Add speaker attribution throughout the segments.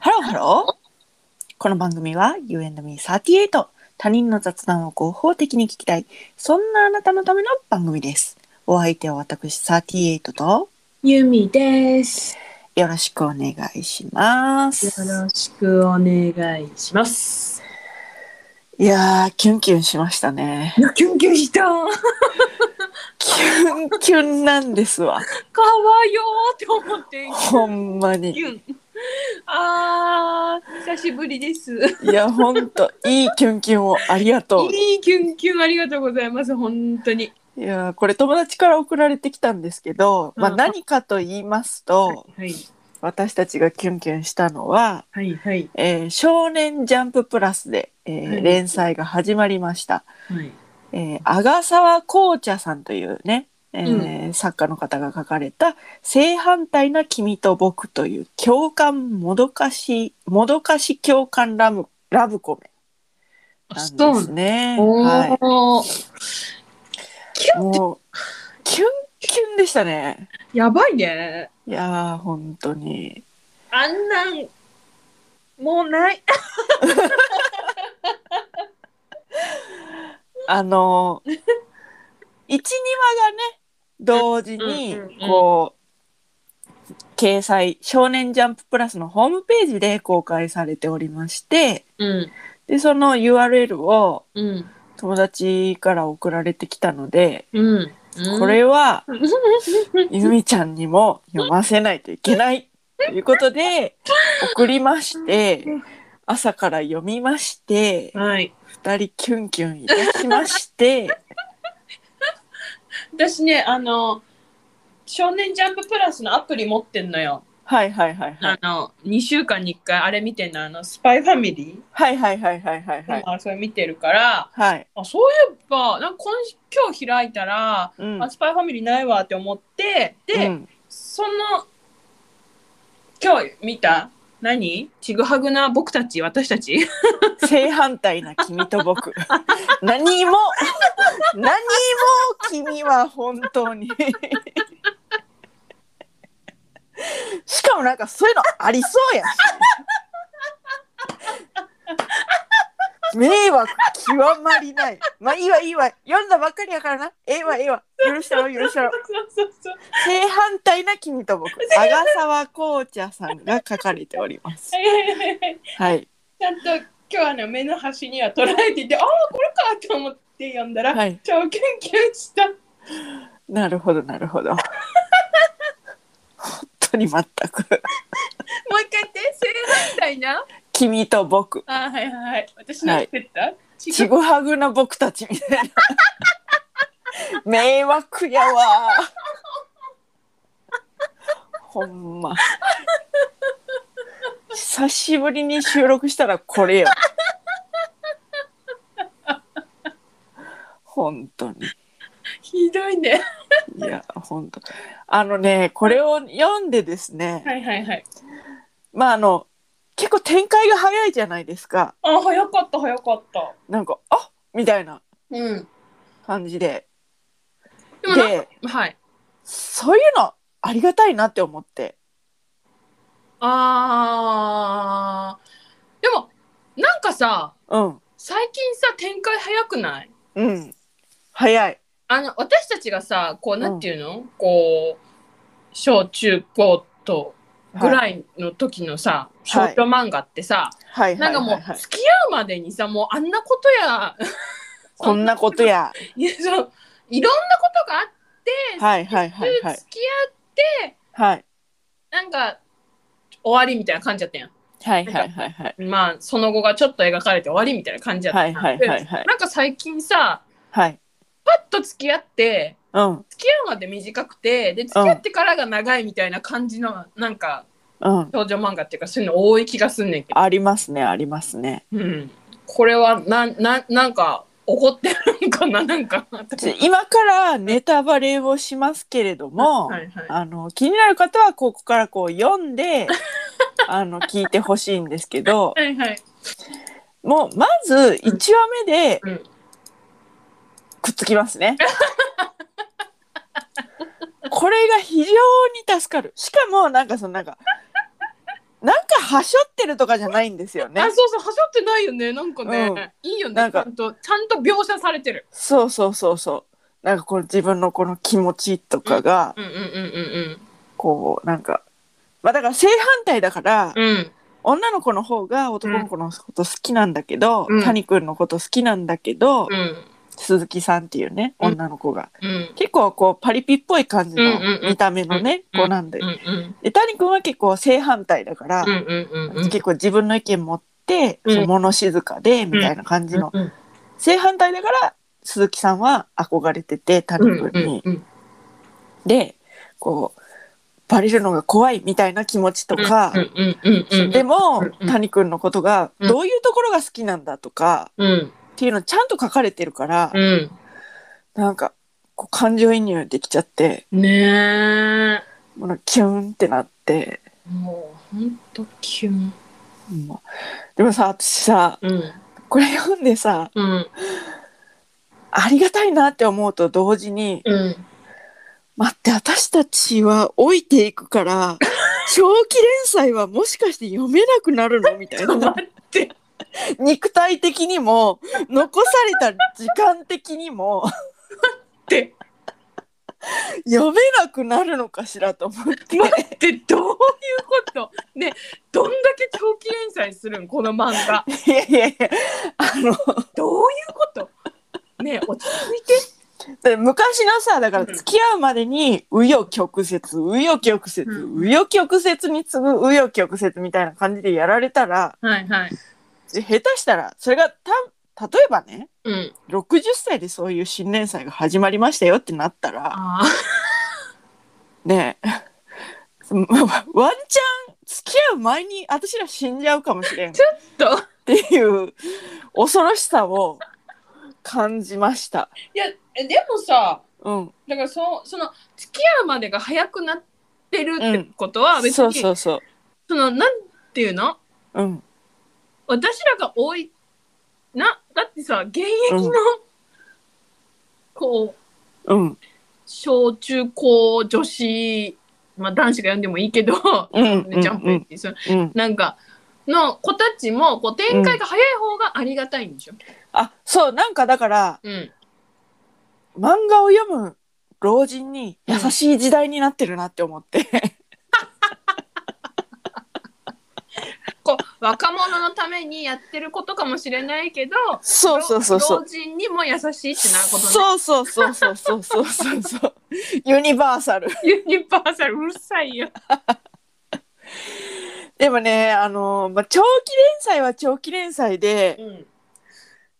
Speaker 1: ハローこの番組は You and me38 他人の雑談を合法的に聞きたいそんなあなたのための番組ですお相手は私38と
Speaker 2: ゆみです。
Speaker 1: よろしくお願いします
Speaker 2: よろしくお願いします。
Speaker 1: いやーキュンキュンしましたね
Speaker 2: いや、キュンキュンした。かわ
Speaker 1: キュンキュンなんですわ
Speaker 2: よーって思って。
Speaker 1: ほんまに
Speaker 2: キュン。あー、久しぶりです。
Speaker 1: いやほんといいキュンキュンをありがとう
Speaker 2: いいキュンキュンありがとうございます。本当に。
Speaker 1: いやーこれ友達から送られてきたんですけど、まあ、
Speaker 2: うん
Speaker 1: 何かと言いますと
Speaker 2: はい、
Speaker 1: 私たちがキュンキュンしたのは
Speaker 2: はい、はい、
Speaker 1: えー少年ジャンププラスで、えー
Speaker 2: はい
Speaker 1: 連載が始まりました。
Speaker 2: はい。
Speaker 1: えー、阿賀沢紅茶さんというね、えー作家の方が書かれた「正反対な君と僕」という共感もどかしもどかし共感ラムラブコメなんですね。
Speaker 2: お
Speaker 1: は
Speaker 2: お、
Speaker 1: い、もうキュンキュンでしたね。
Speaker 2: やばいね。
Speaker 1: いやー本当に
Speaker 2: あんなん。もうない。
Speaker 1: あの12話がね同時に
Speaker 2: うんうんうん
Speaker 1: こう掲載「少年ジャンププラス」のホームページで公開されておりまして
Speaker 2: うん、
Speaker 1: でその URL を
Speaker 2: うん、
Speaker 1: 友達から送られてきたので
Speaker 2: うん。
Speaker 1: これ は
Speaker 2: うん。
Speaker 1: ゆみちゃんにも読ませないといけないということで送りまして朝から読みまして
Speaker 2: はい。
Speaker 1: 2人キュンキュンいたしまして。
Speaker 2: 私ねあの「少年ジャンププラス」のアプリ持ってんのよ、
Speaker 1: はいはいはいはい。
Speaker 2: あの2週間に1回あれ見てんのあの「スパイファミリ
Speaker 1: はいはいはいはいはい
Speaker 2: ー」
Speaker 1: はい。
Speaker 2: あそれ見てるから
Speaker 1: はい。
Speaker 2: あそういえばなんか今今日開いたら、
Speaker 1: うん。
Speaker 2: あスパイファミリーないわって思ってで、
Speaker 1: うん
Speaker 2: その今日見た何ちぐはぐな僕たち私 たち
Speaker 1: 正反対な君と僕。何も、何も君は本当に。しかもなんかそういうのありそうやし。迷惑極まりない。まあいいわいいわ。読んだばっかりやからな。ええわええわ。許したろ許したろ
Speaker 2: そ。うそうそう
Speaker 1: 正反対な君と僕。阿賀沢紅茶さんが書かれております。はい。
Speaker 2: ちゃんと今日あの目の端には捉えていてああこれかと思って読んだら、
Speaker 1: はい。
Speaker 2: 超研究した
Speaker 1: なるほど、なるほど。本当に全く。
Speaker 2: もう一回言って、正反対な。
Speaker 1: 君と僕。
Speaker 2: あ、はいはいはい。私のってた、
Speaker 1: ち
Speaker 2: 違う。
Speaker 1: ぐはぐな僕たちみたいな。迷惑やわ。ほんま。久しぶりに収録したらこれよ。本当に。
Speaker 2: ひどいね。
Speaker 1: いや、本当。あのね、これを読んでですね。
Speaker 2: はいはいはい。
Speaker 1: まああの結構展開が早いじゃないですか
Speaker 2: あ、早かった早かった。
Speaker 1: なんか「あみたいな
Speaker 2: うん。
Speaker 1: 感じで
Speaker 2: でもなん
Speaker 1: で
Speaker 2: か、はい。
Speaker 1: そういうのありがたいなって思って
Speaker 2: あー。でも、なんかさ、
Speaker 1: うん
Speaker 2: 最近さ、展開早くない
Speaker 1: うん早い
Speaker 2: あの、私たちがさ、こう、なんていうの、こう、小中高と、ぐ
Speaker 1: い
Speaker 2: らいの時のさ、
Speaker 1: い
Speaker 2: ショート漫画ってさ、
Speaker 1: はい
Speaker 2: な
Speaker 1: はい
Speaker 2: んか
Speaker 1: は
Speaker 2: も
Speaker 1: い、は
Speaker 2: う
Speaker 1: い、
Speaker 2: 付き合うまでにさもうあんなことや
Speaker 1: こんなことや
Speaker 2: いやそういろんなことがあって、
Speaker 1: はいはいはいはい
Speaker 2: 付き合って
Speaker 1: はい
Speaker 2: なんか終わりみたいな感じだったや
Speaker 1: はいはいはいはい
Speaker 2: んまあその後がちょっと描かれて終わりみたいな感じだったやん
Speaker 1: はいはいはいはい
Speaker 2: なんか最近さ
Speaker 1: はい
Speaker 2: パッと付き合って
Speaker 1: うん
Speaker 2: 付き合うまで短くてで付き合ってからが長いみたいな感じの、なんか
Speaker 1: うん
Speaker 2: 少女漫画っていうかそういうの多い気がすんねんけど、
Speaker 1: ありますねありますね
Speaker 2: うん、これはなんなんなんか怒ってるんかななんか
Speaker 1: ちょ今からネタバレをしますけれども、
Speaker 2: はいはい、
Speaker 1: あの気になる方はここからこう読ん であの聞いてほしいんですけど
Speaker 2: はいはい
Speaker 1: もうまず1話目で
Speaker 2: うん
Speaker 1: くっつきますね。これが非常に助かる。しかもなんかそのなんかなんかはしょってるとかじゃないんですよね
Speaker 2: あ、そうそう、はしょってないよね。なんかね、いいよね。
Speaker 1: なん
Speaker 2: ちゃ
Speaker 1: か
Speaker 2: んと、ちゃんと描写されてる。
Speaker 1: そうそうそうそうなんかこの自分のこの気持ちとかが
Speaker 2: うんうんうん
Speaker 1: こうなんかまあだから正反対だから
Speaker 2: うんうん。
Speaker 1: 女の子の方が男の子のこと好きなんだけど、
Speaker 2: うん
Speaker 1: 谷君のこと好きなんだけど、
Speaker 2: うんうん
Speaker 1: 鈴木さんっていうね
Speaker 2: うん
Speaker 1: 女の子が
Speaker 2: うん
Speaker 1: 結構こうパリピっぽい感じ
Speaker 2: うん
Speaker 1: の
Speaker 2: うんうん
Speaker 1: 見た目のね
Speaker 2: うん
Speaker 1: 子なんで
Speaker 2: うんうん
Speaker 1: で谷君は結構正反対だから、
Speaker 2: うんうんうんうん
Speaker 1: 結構自分の意見持って、
Speaker 2: うん
Speaker 1: そう物静かでみたいな感じの、
Speaker 2: うん
Speaker 1: 正反対だから鈴木さんは憧れてて谷
Speaker 2: うん
Speaker 1: 君に、
Speaker 2: うんうん
Speaker 1: でこうバレるのが怖いみたいな気持ちとか、
Speaker 2: うんうんうんうんうん
Speaker 1: でも、
Speaker 2: うんうん
Speaker 1: 谷君のことが
Speaker 2: うん
Speaker 1: どういうところが好きなんだとか
Speaker 2: うん
Speaker 1: っていうのちゃんと書かれてるから、
Speaker 2: うん
Speaker 1: なんかこう感情移入できちゃって
Speaker 2: ね
Speaker 1: もうキュンってなって、
Speaker 2: えもうほんとキュン
Speaker 1: うんでもさ私さ
Speaker 2: うん
Speaker 1: これ読んでさ
Speaker 2: うん
Speaker 1: ありがたいなって思うと同時に
Speaker 2: うん
Speaker 1: 待って私たちは老いていくから 長期連載はもしかして読めなくなるのみたいな
Speaker 2: 待って
Speaker 1: 肉体的にも残された時間的にも
Speaker 2: って
Speaker 1: 読めなくなるのかしらと思 って
Speaker 2: 待ってどういうことねどんだけ長期連載するんこの漫画
Speaker 1: いやいやいやあの
Speaker 2: どういうことね落ち着いて
Speaker 1: で昔のさだから
Speaker 2: うん
Speaker 1: 付き合うまでに紆余曲折紆余曲折
Speaker 2: うん
Speaker 1: 紆余曲折に次ぐ紆余曲折みたいな感じでやられたら
Speaker 2: はいはい
Speaker 1: 下手したらそれがた例えばね
Speaker 2: うん
Speaker 1: 60歳でそういう新連載が始まりましたよってなったら
Speaker 2: ああ
Speaker 1: ねえワンチャン付き合う前に私ら死んじゃうかもしれんっ
Speaker 2: ちょっと
Speaker 1: ていう恐ろしさを感じました。
Speaker 2: いやえでもさ
Speaker 1: うん、
Speaker 2: だからそその付き合うまでが早くなってるっ
Speaker 1: う
Speaker 2: て
Speaker 1: ん
Speaker 2: ことは別に、
Speaker 1: そうそうそ
Speaker 2: そのなんていうの
Speaker 1: う。うん、
Speaker 2: 私らが多いなだってさ現役
Speaker 1: う
Speaker 2: の、
Speaker 1: ん
Speaker 2: こう
Speaker 1: うん、
Speaker 2: 小中高女子、まあ、男子が読んでもいいけど、
Speaker 1: うん、うん、
Speaker 2: ね、ジャンプ
Speaker 1: うん、
Speaker 2: ってその
Speaker 1: うん。
Speaker 2: なんかの子たちもこう展開が早い方がありがたいんでしょ、
Speaker 1: あ、そう、なんかだから、
Speaker 2: うん、
Speaker 1: 漫画を読む老人に優しい時代になってるなって思って。
Speaker 2: こう若者のためにやってることかもしれないけど
Speaker 1: そうそうそうそう
Speaker 2: 老。人にも優しいってなることね
Speaker 1: そうそうそうそうそうそうそうそう。ユニバーサル。
Speaker 2: ユニバーサルうるさいよ。
Speaker 1: でもね、あのまあ、長期連載は長期連載で
Speaker 2: うん。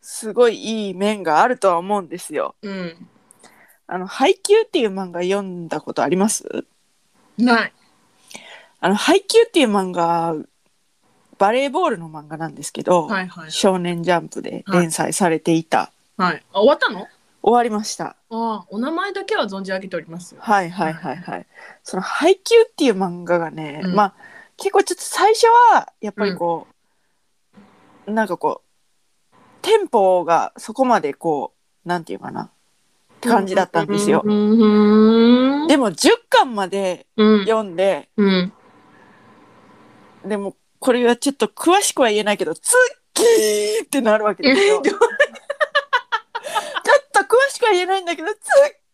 Speaker 1: すごいいい面があるとは思うんですよ。
Speaker 2: うん。
Speaker 1: あの、配給っていう漫画読んだことあります
Speaker 2: ない。
Speaker 1: あの、配給っていう漫画、バレーボールの漫画なんですけど、
Speaker 2: はいはい。
Speaker 1: 少年ジャンプで連載されていた。
Speaker 2: はい。あ、終わったの
Speaker 1: 終わりました。
Speaker 2: ああ、お名前だけは存じ上げております。
Speaker 1: はいはいはいはい。その「配給」っていう漫画がね、
Speaker 2: うん
Speaker 1: まあ結構ちょっと最初はやっぱりこう、なんかこうテンポがそこまでこうなんていうかなって感じだったんですよ。
Speaker 2: うん。
Speaker 1: でも10巻まで
Speaker 2: うん。
Speaker 1: 読んで
Speaker 2: うん。
Speaker 1: でもこれはちょっと詳しくは言えないけど「ツッキー!」ってなるわけですよ。 ちょっと詳しくは言えないんだけど「ツッ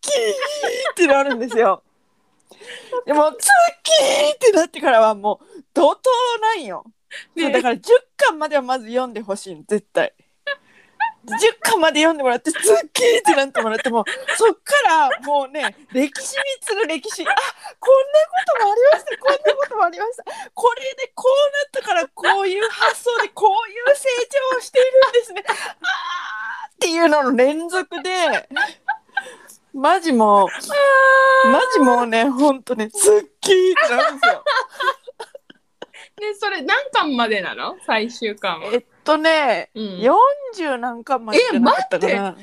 Speaker 1: キー!」ってなるんですよ。でも「ツッキー!」ってなってからはもう怒涛なんよ。そうだから10巻まではまず読んでほしいの絶対。10巻まで読んでもらって「ツッキー!」ってなってもらってもそっからもうね歴史に次ぐ歴史あこんなこともありましたこんなこともありましたこれでこうなったからこういう発想でこういう成長をしているんですねあーっていうのの連続でマジもうマジもうねほんとね「ツッキー!」ってなるんですよ。
Speaker 2: で、それ何巻までなの最終巻は。
Speaker 1: えっとね
Speaker 2: うん10
Speaker 1: 40何巻までじゃなかったか
Speaker 2: え
Speaker 1: な。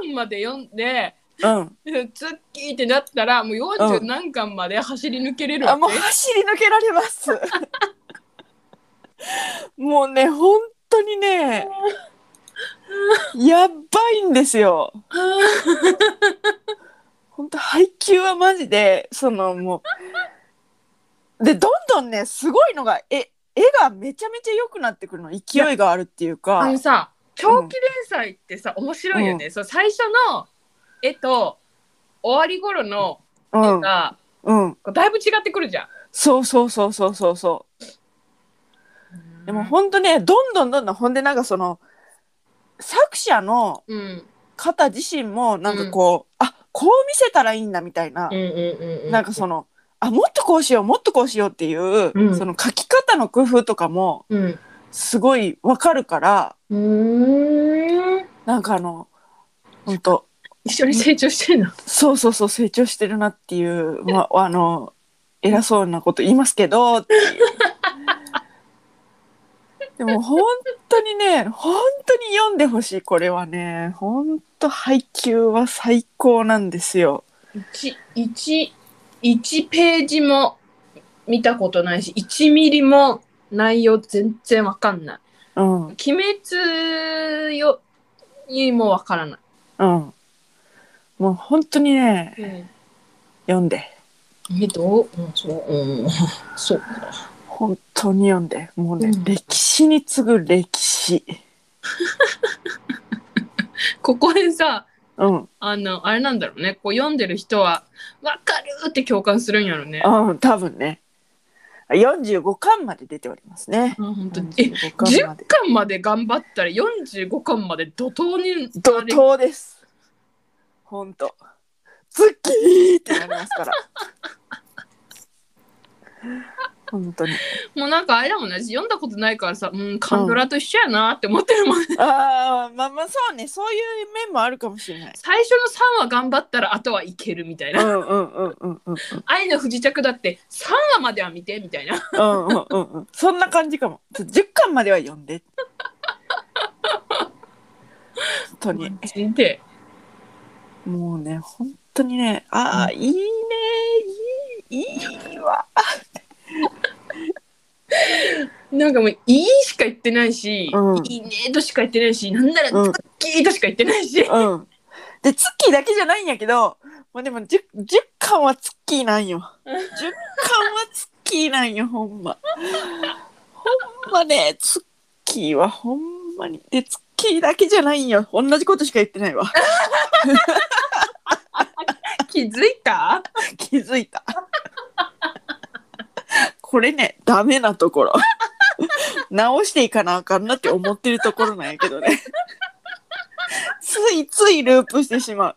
Speaker 2: 巻まで読んで、
Speaker 1: うん、
Speaker 2: ツッキーってなったら、もう40何巻まで走り抜けれる
Speaker 1: あ
Speaker 2: わ
Speaker 1: もう
Speaker 2: け。
Speaker 1: 走り抜けられます もうね本当にねやばいんですよ本当配給はマジでそのもうでどんどんねすごいのがえ絵がめちゃめちゃ良くなってくるの勢いがあるっていう
Speaker 2: あ
Speaker 1: か
Speaker 2: のさ長期連載ってさ、面白いよね、そう最初の絵と終わり頃の
Speaker 1: う
Speaker 2: 絵
Speaker 1: ん
Speaker 2: が、
Speaker 1: うん
Speaker 2: こうだいぶ違ってくるじゃん。
Speaker 1: そうそうそうそうそうそうでもほんとねどんどんどんどんほんでなんかその作者の
Speaker 2: うん、うん
Speaker 1: 方自身もなんかこう、あこう見せたらいいんだみたいな、
Speaker 2: うんうんうん
Speaker 1: なんかそのあもっとこうしようもっとこうしようっていう、
Speaker 2: うん
Speaker 1: その書き方の工夫とかも
Speaker 2: うん
Speaker 1: すごいわかるから
Speaker 2: うーん
Speaker 1: なんかあのほんと
Speaker 2: 一緒に成長してんの。
Speaker 1: そうそうそう成長してるなっていう、ま あ、あの偉そうなこと言いますけどっていうでも本当にね本当に読んでほしいこれはね本当配給は最高なんですよ。
Speaker 2: 一一一ページも見たことないし、一ミリも内容全然わかんない。
Speaker 1: うん、
Speaker 2: 鬼滅よにもわからない。
Speaker 1: うん。もう本当にね、読んで。
Speaker 2: えどう、うん、そう、うん、そうか。
Speaker 1: 本当に読んで。もうね、
Speaker 2: うん
Speaker 1: 歴史に次ぐ歴史。
Speaker 2: ここでさ、
Speaker 1: うん。
Speaker 2: あの、あれなんだろうね。こう読んでる人は、わかるって共感するんやろね。
Speaker 1: うん、多分ね。45巻まで出ておりますね。
Speaker 2: あ、本当に。え、
Speaker 1: 45巻ま
Speaker 2: 10
Speaker 1: で。
Speaker 2: 巻まで頑張ったら45巻まで怒涛に
Speaker 1: 怒涛です。本当。ズッキーってなります から。本当に。
Speaker 2: もうなんかあれだもんね読んだことないからさうんカンドラと一緒やなって思ってるも んね、
Speaker 1: ああ、まあまあそうね。そういう面もあるかもしれない。
Speaker 2: 最初の3話頑張ったらあとはいけるみたいうな「
Speaker 1: んうんうんうんうん。
Speaker 2: 愛の不時着」だって3話までは見てみたいな
Speaker 1: うんうんうんうん、そんな感じかも。ちょ10巻までは読んで。本当に。
Speaker 2: で
Speaker 1: もうね、本当にね、ああ、いいね、いい、いいわ。
Speaker 2: なんかもう「いい」しか言ってないし「
Speaker 1: うん
Speaker 2: いいね」としか言ってないしなんなら「
Speaker 1: うん
Speaker 2: ズッキー」としか言ってないし、
Speaker 1: うん。で、ツッキーだけじゃないんやけど、もうでも 10, 10巻はツッキーなんよ。10巻はツッキーなんよ、ほんま。ほんまね、ツッキーはほんまに。で、ツッキーだけじゃないんよ。同じことしか言ってないわ。
Speaker 2: 気づいた
Speaker 1: 気づいた。これね、ダメなところ。 直していかなあかんなって思ってるところなんやけどね。ついついループしてしまう。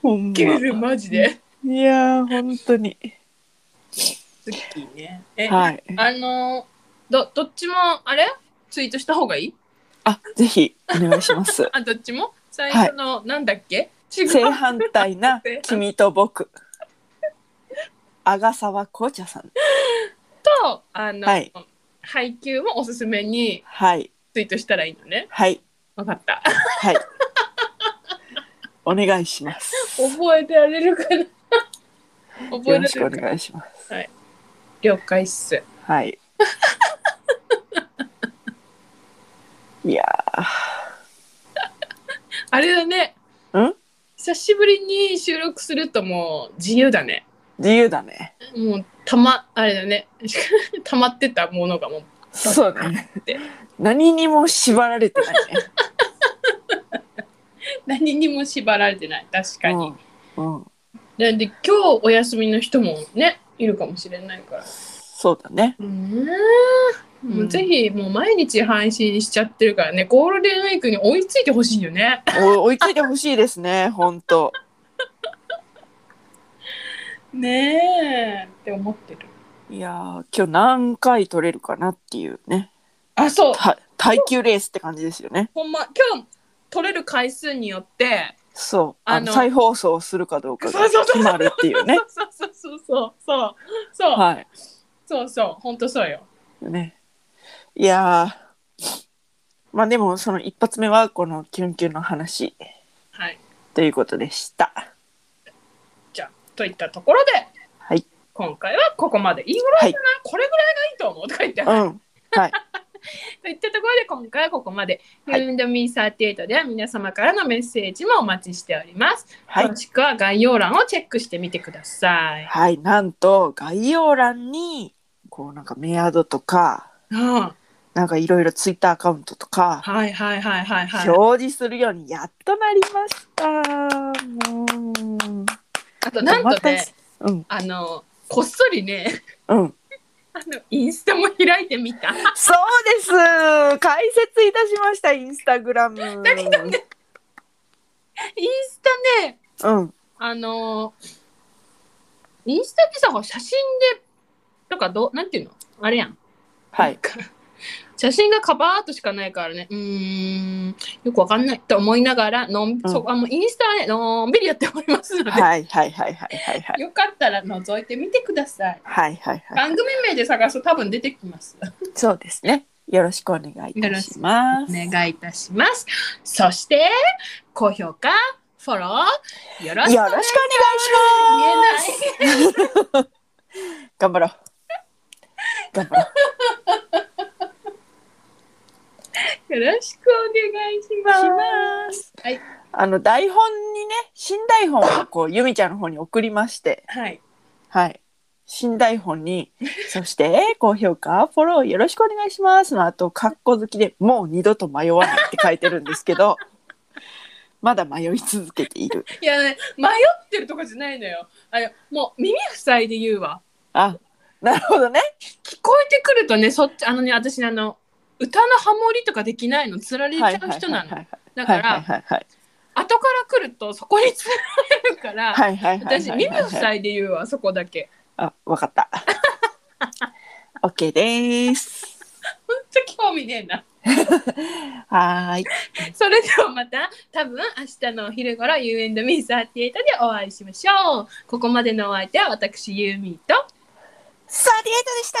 Speaker 1: ほん
Speaker 2: ゲ
Speaker 1: ま。
Speaker 2: ルマジで
Speaker 1: いやー、本当に。
Speaker 2: ズッキーねえ、
Speaker 1: はい。
Speaker 2: あのーどどっちもあれツイートした方がいい
Speaker 1: あ、ぜひお願いします。
Speaker 2: あどっちも最初の、なんだっけ違う
Speaker 1: 正反対な君と僕。阿賀沢紅茶さん。
Speaker 2: とあの、
Speaker 1: はい
Speaker 2: 配給もおすすめに
Speaker 1: はい。
Speaker 2: ツイートしたらいいのね。
Speaker 1: はい。
Speaker 2: わかった。
Speaker 1: はい。お願いします。
Speaker 2: 覚えてられるかな。覚え
Speaker 1: よ
Speaker 2: ら
Speaker 1: ろ
Speaker 2: れ
Speaker 1: しくお
Speaker 2: るかな。
Speaker 1: 願いします。
Speaker 2: 了解っす。
Speaker 1: はい。 いや
Speaker 2: あれだね。
Speaker 1: ん
Speaker 2: 久しぶりに収録するともう自由だね。
Speaker 1: ー、自由だね。
Speaker 2: もうたまあれだね。 溜まってたものがもう
Speaker 1: そうね。 何にも縛られてないね。
Speaker 2: 何にも縛られてない。確かに。
Speaker 1: うん。うん。
Speaker 2: なんで今日お休みの人もねいるかもしれないから。
Speaker 1: そうだね。
Speaker 2: うん。
Speaker 1: うん
Speaker 2: もうぜひもう毎日配信しちゃってるからねゴールデンウィークに追いついてほしいよね。
Speaker 1: お追いついてほしいですね。 本当。
Speaker 2: ねえって思ってる。
Speaker 1: いやー、今日何回取れるかなっていうね。
Speaker 2: あそう
Speaker 1: た耐久レースって感じですよね。
Speaker 2: ほんま今日取れる回数によって
Speaker 1: そう。あの
Speaker 2: あの
Speaker 1: 再放送するかどうか
Speaker 2: そ
Speaker 1: が
Speaker 2: うそう
Speaker 1: 決
Speaker 2: そう
Speaker 1: まるっていうね
Speaker 2: そ。うそうそうそうそうそう、
Speaker 1: はい。
Speaker 2: そうそうほんとそうよ。
Speaker 1: ね。いやー。まあでもその一発目はこのキュンキュンの話
Speaker 2: はい
Speaker 1: ということでした。
Speaker 2: じゃあといったところで、
Speaker 1: はい、
Speaker 2: 今回はここまでいいぐらいかな、これぐらいがいいと思うとか言って。
Speaker 1: うん。はい。
Speaker 2: とといったところで今回はここまで。Human.me38 では皆様からのメッセージもお待ちしております。
Speaker 1: はい
Speaker 2: 詳。しくは概要欄をチェックしてみてください。
Speaker 1: はい、なんと概要欄に、こうなんかメアドとか、
Speaker 2: うん
Speaker 1: なんかいろいろツイッターアカウントとか、
Speaker 2: はいはいはいはいはい。
Speaker 1: 表示するようにやっとなりました。もう
Speaker 2: あとなんとね、
Speaker 1: うん、
Speaker 2: あの、こっそりね、
Speaker 1: うん。
Speaker 2: あの、インスタも開いてみ た。
Speaker 1: そうです解説いたしました、インスタグラム。だけどね。
Speaker 2: インスタね、
Speaker 1: うん。
Speaker 2: あのーインスタってさ、写真で、なんかどう、なんていうのあれやん。
Speaker 1: はい。。
Speaker 2: 写真がカバーっとしかないからね、うーん、よくわかんないと思いながら、のん、
Speaker 1: うん
Speaker 2: そこあもうインスタはね、のんびりやっておりますので、
Speaker 1: はいはいはいはいはいはい。
Speaker 2: よかったら覗いてみてください。
Speaker 1: はいはいはい。
Speaker 2: 番組名で探すと多分出てきます。
Speaker 1: そうですね。よろしくお願いいたします。
Speaker 2: お願いいたします。そして、高評価、フォロー、よろしく
Speaker 1: よろしくお
Speaker 2: 言え
Speaker 1: 願いし
Speaker 2: な
Speaker 1: ま
Speaker 2: い
Speaker 1: す。。頑張ろう。頑張ろう。
Speaker 2: よろしくお願いします。
Speaker 1: す
Speaker 2: はい
Speaker 1: あの台本にね、新台本をこう由美ちゃんの方に送りまして、
Speaker 2: はい。
Speaker 1: はい。新台本 に、そして高評価、フォローよろしくお願いしますの後、カッコ好きでもう二度と迷わないって書いてるんですけど、まだ迷い続けている。
Speaker 2: いやね、迷ってるとかじゃないのよ。あれ、もう耳塞いで言うわ。
Speaker 1: あ、なるほどね。
Speaker 2: 聞こえてくるとね、そっち、あのね、私ね、あの、歌のハモリとかできないの、つられちゃう人なの。
Speaker 1: はい
Speaker 2: だから、
Speaker 1: はいはいはい
Speaker 2: 後から来ると、そこにつられる から、
Speaker 1: はいはいはいはいはい
Speaker 2: 私、耳を塞いで言うわ、そこだけ。
Speaker 1: あ、わか った。オッケーです。
Speaker 2: ほんと興味ねえな。
Speaker 1: はーい。
Speaker 2: それではまた、多分明日のお昼頃、You and Me38 でお会いしましょう。ここまでのお相手は、私、ユーミーと、
Speaker 1: サディエイトで した。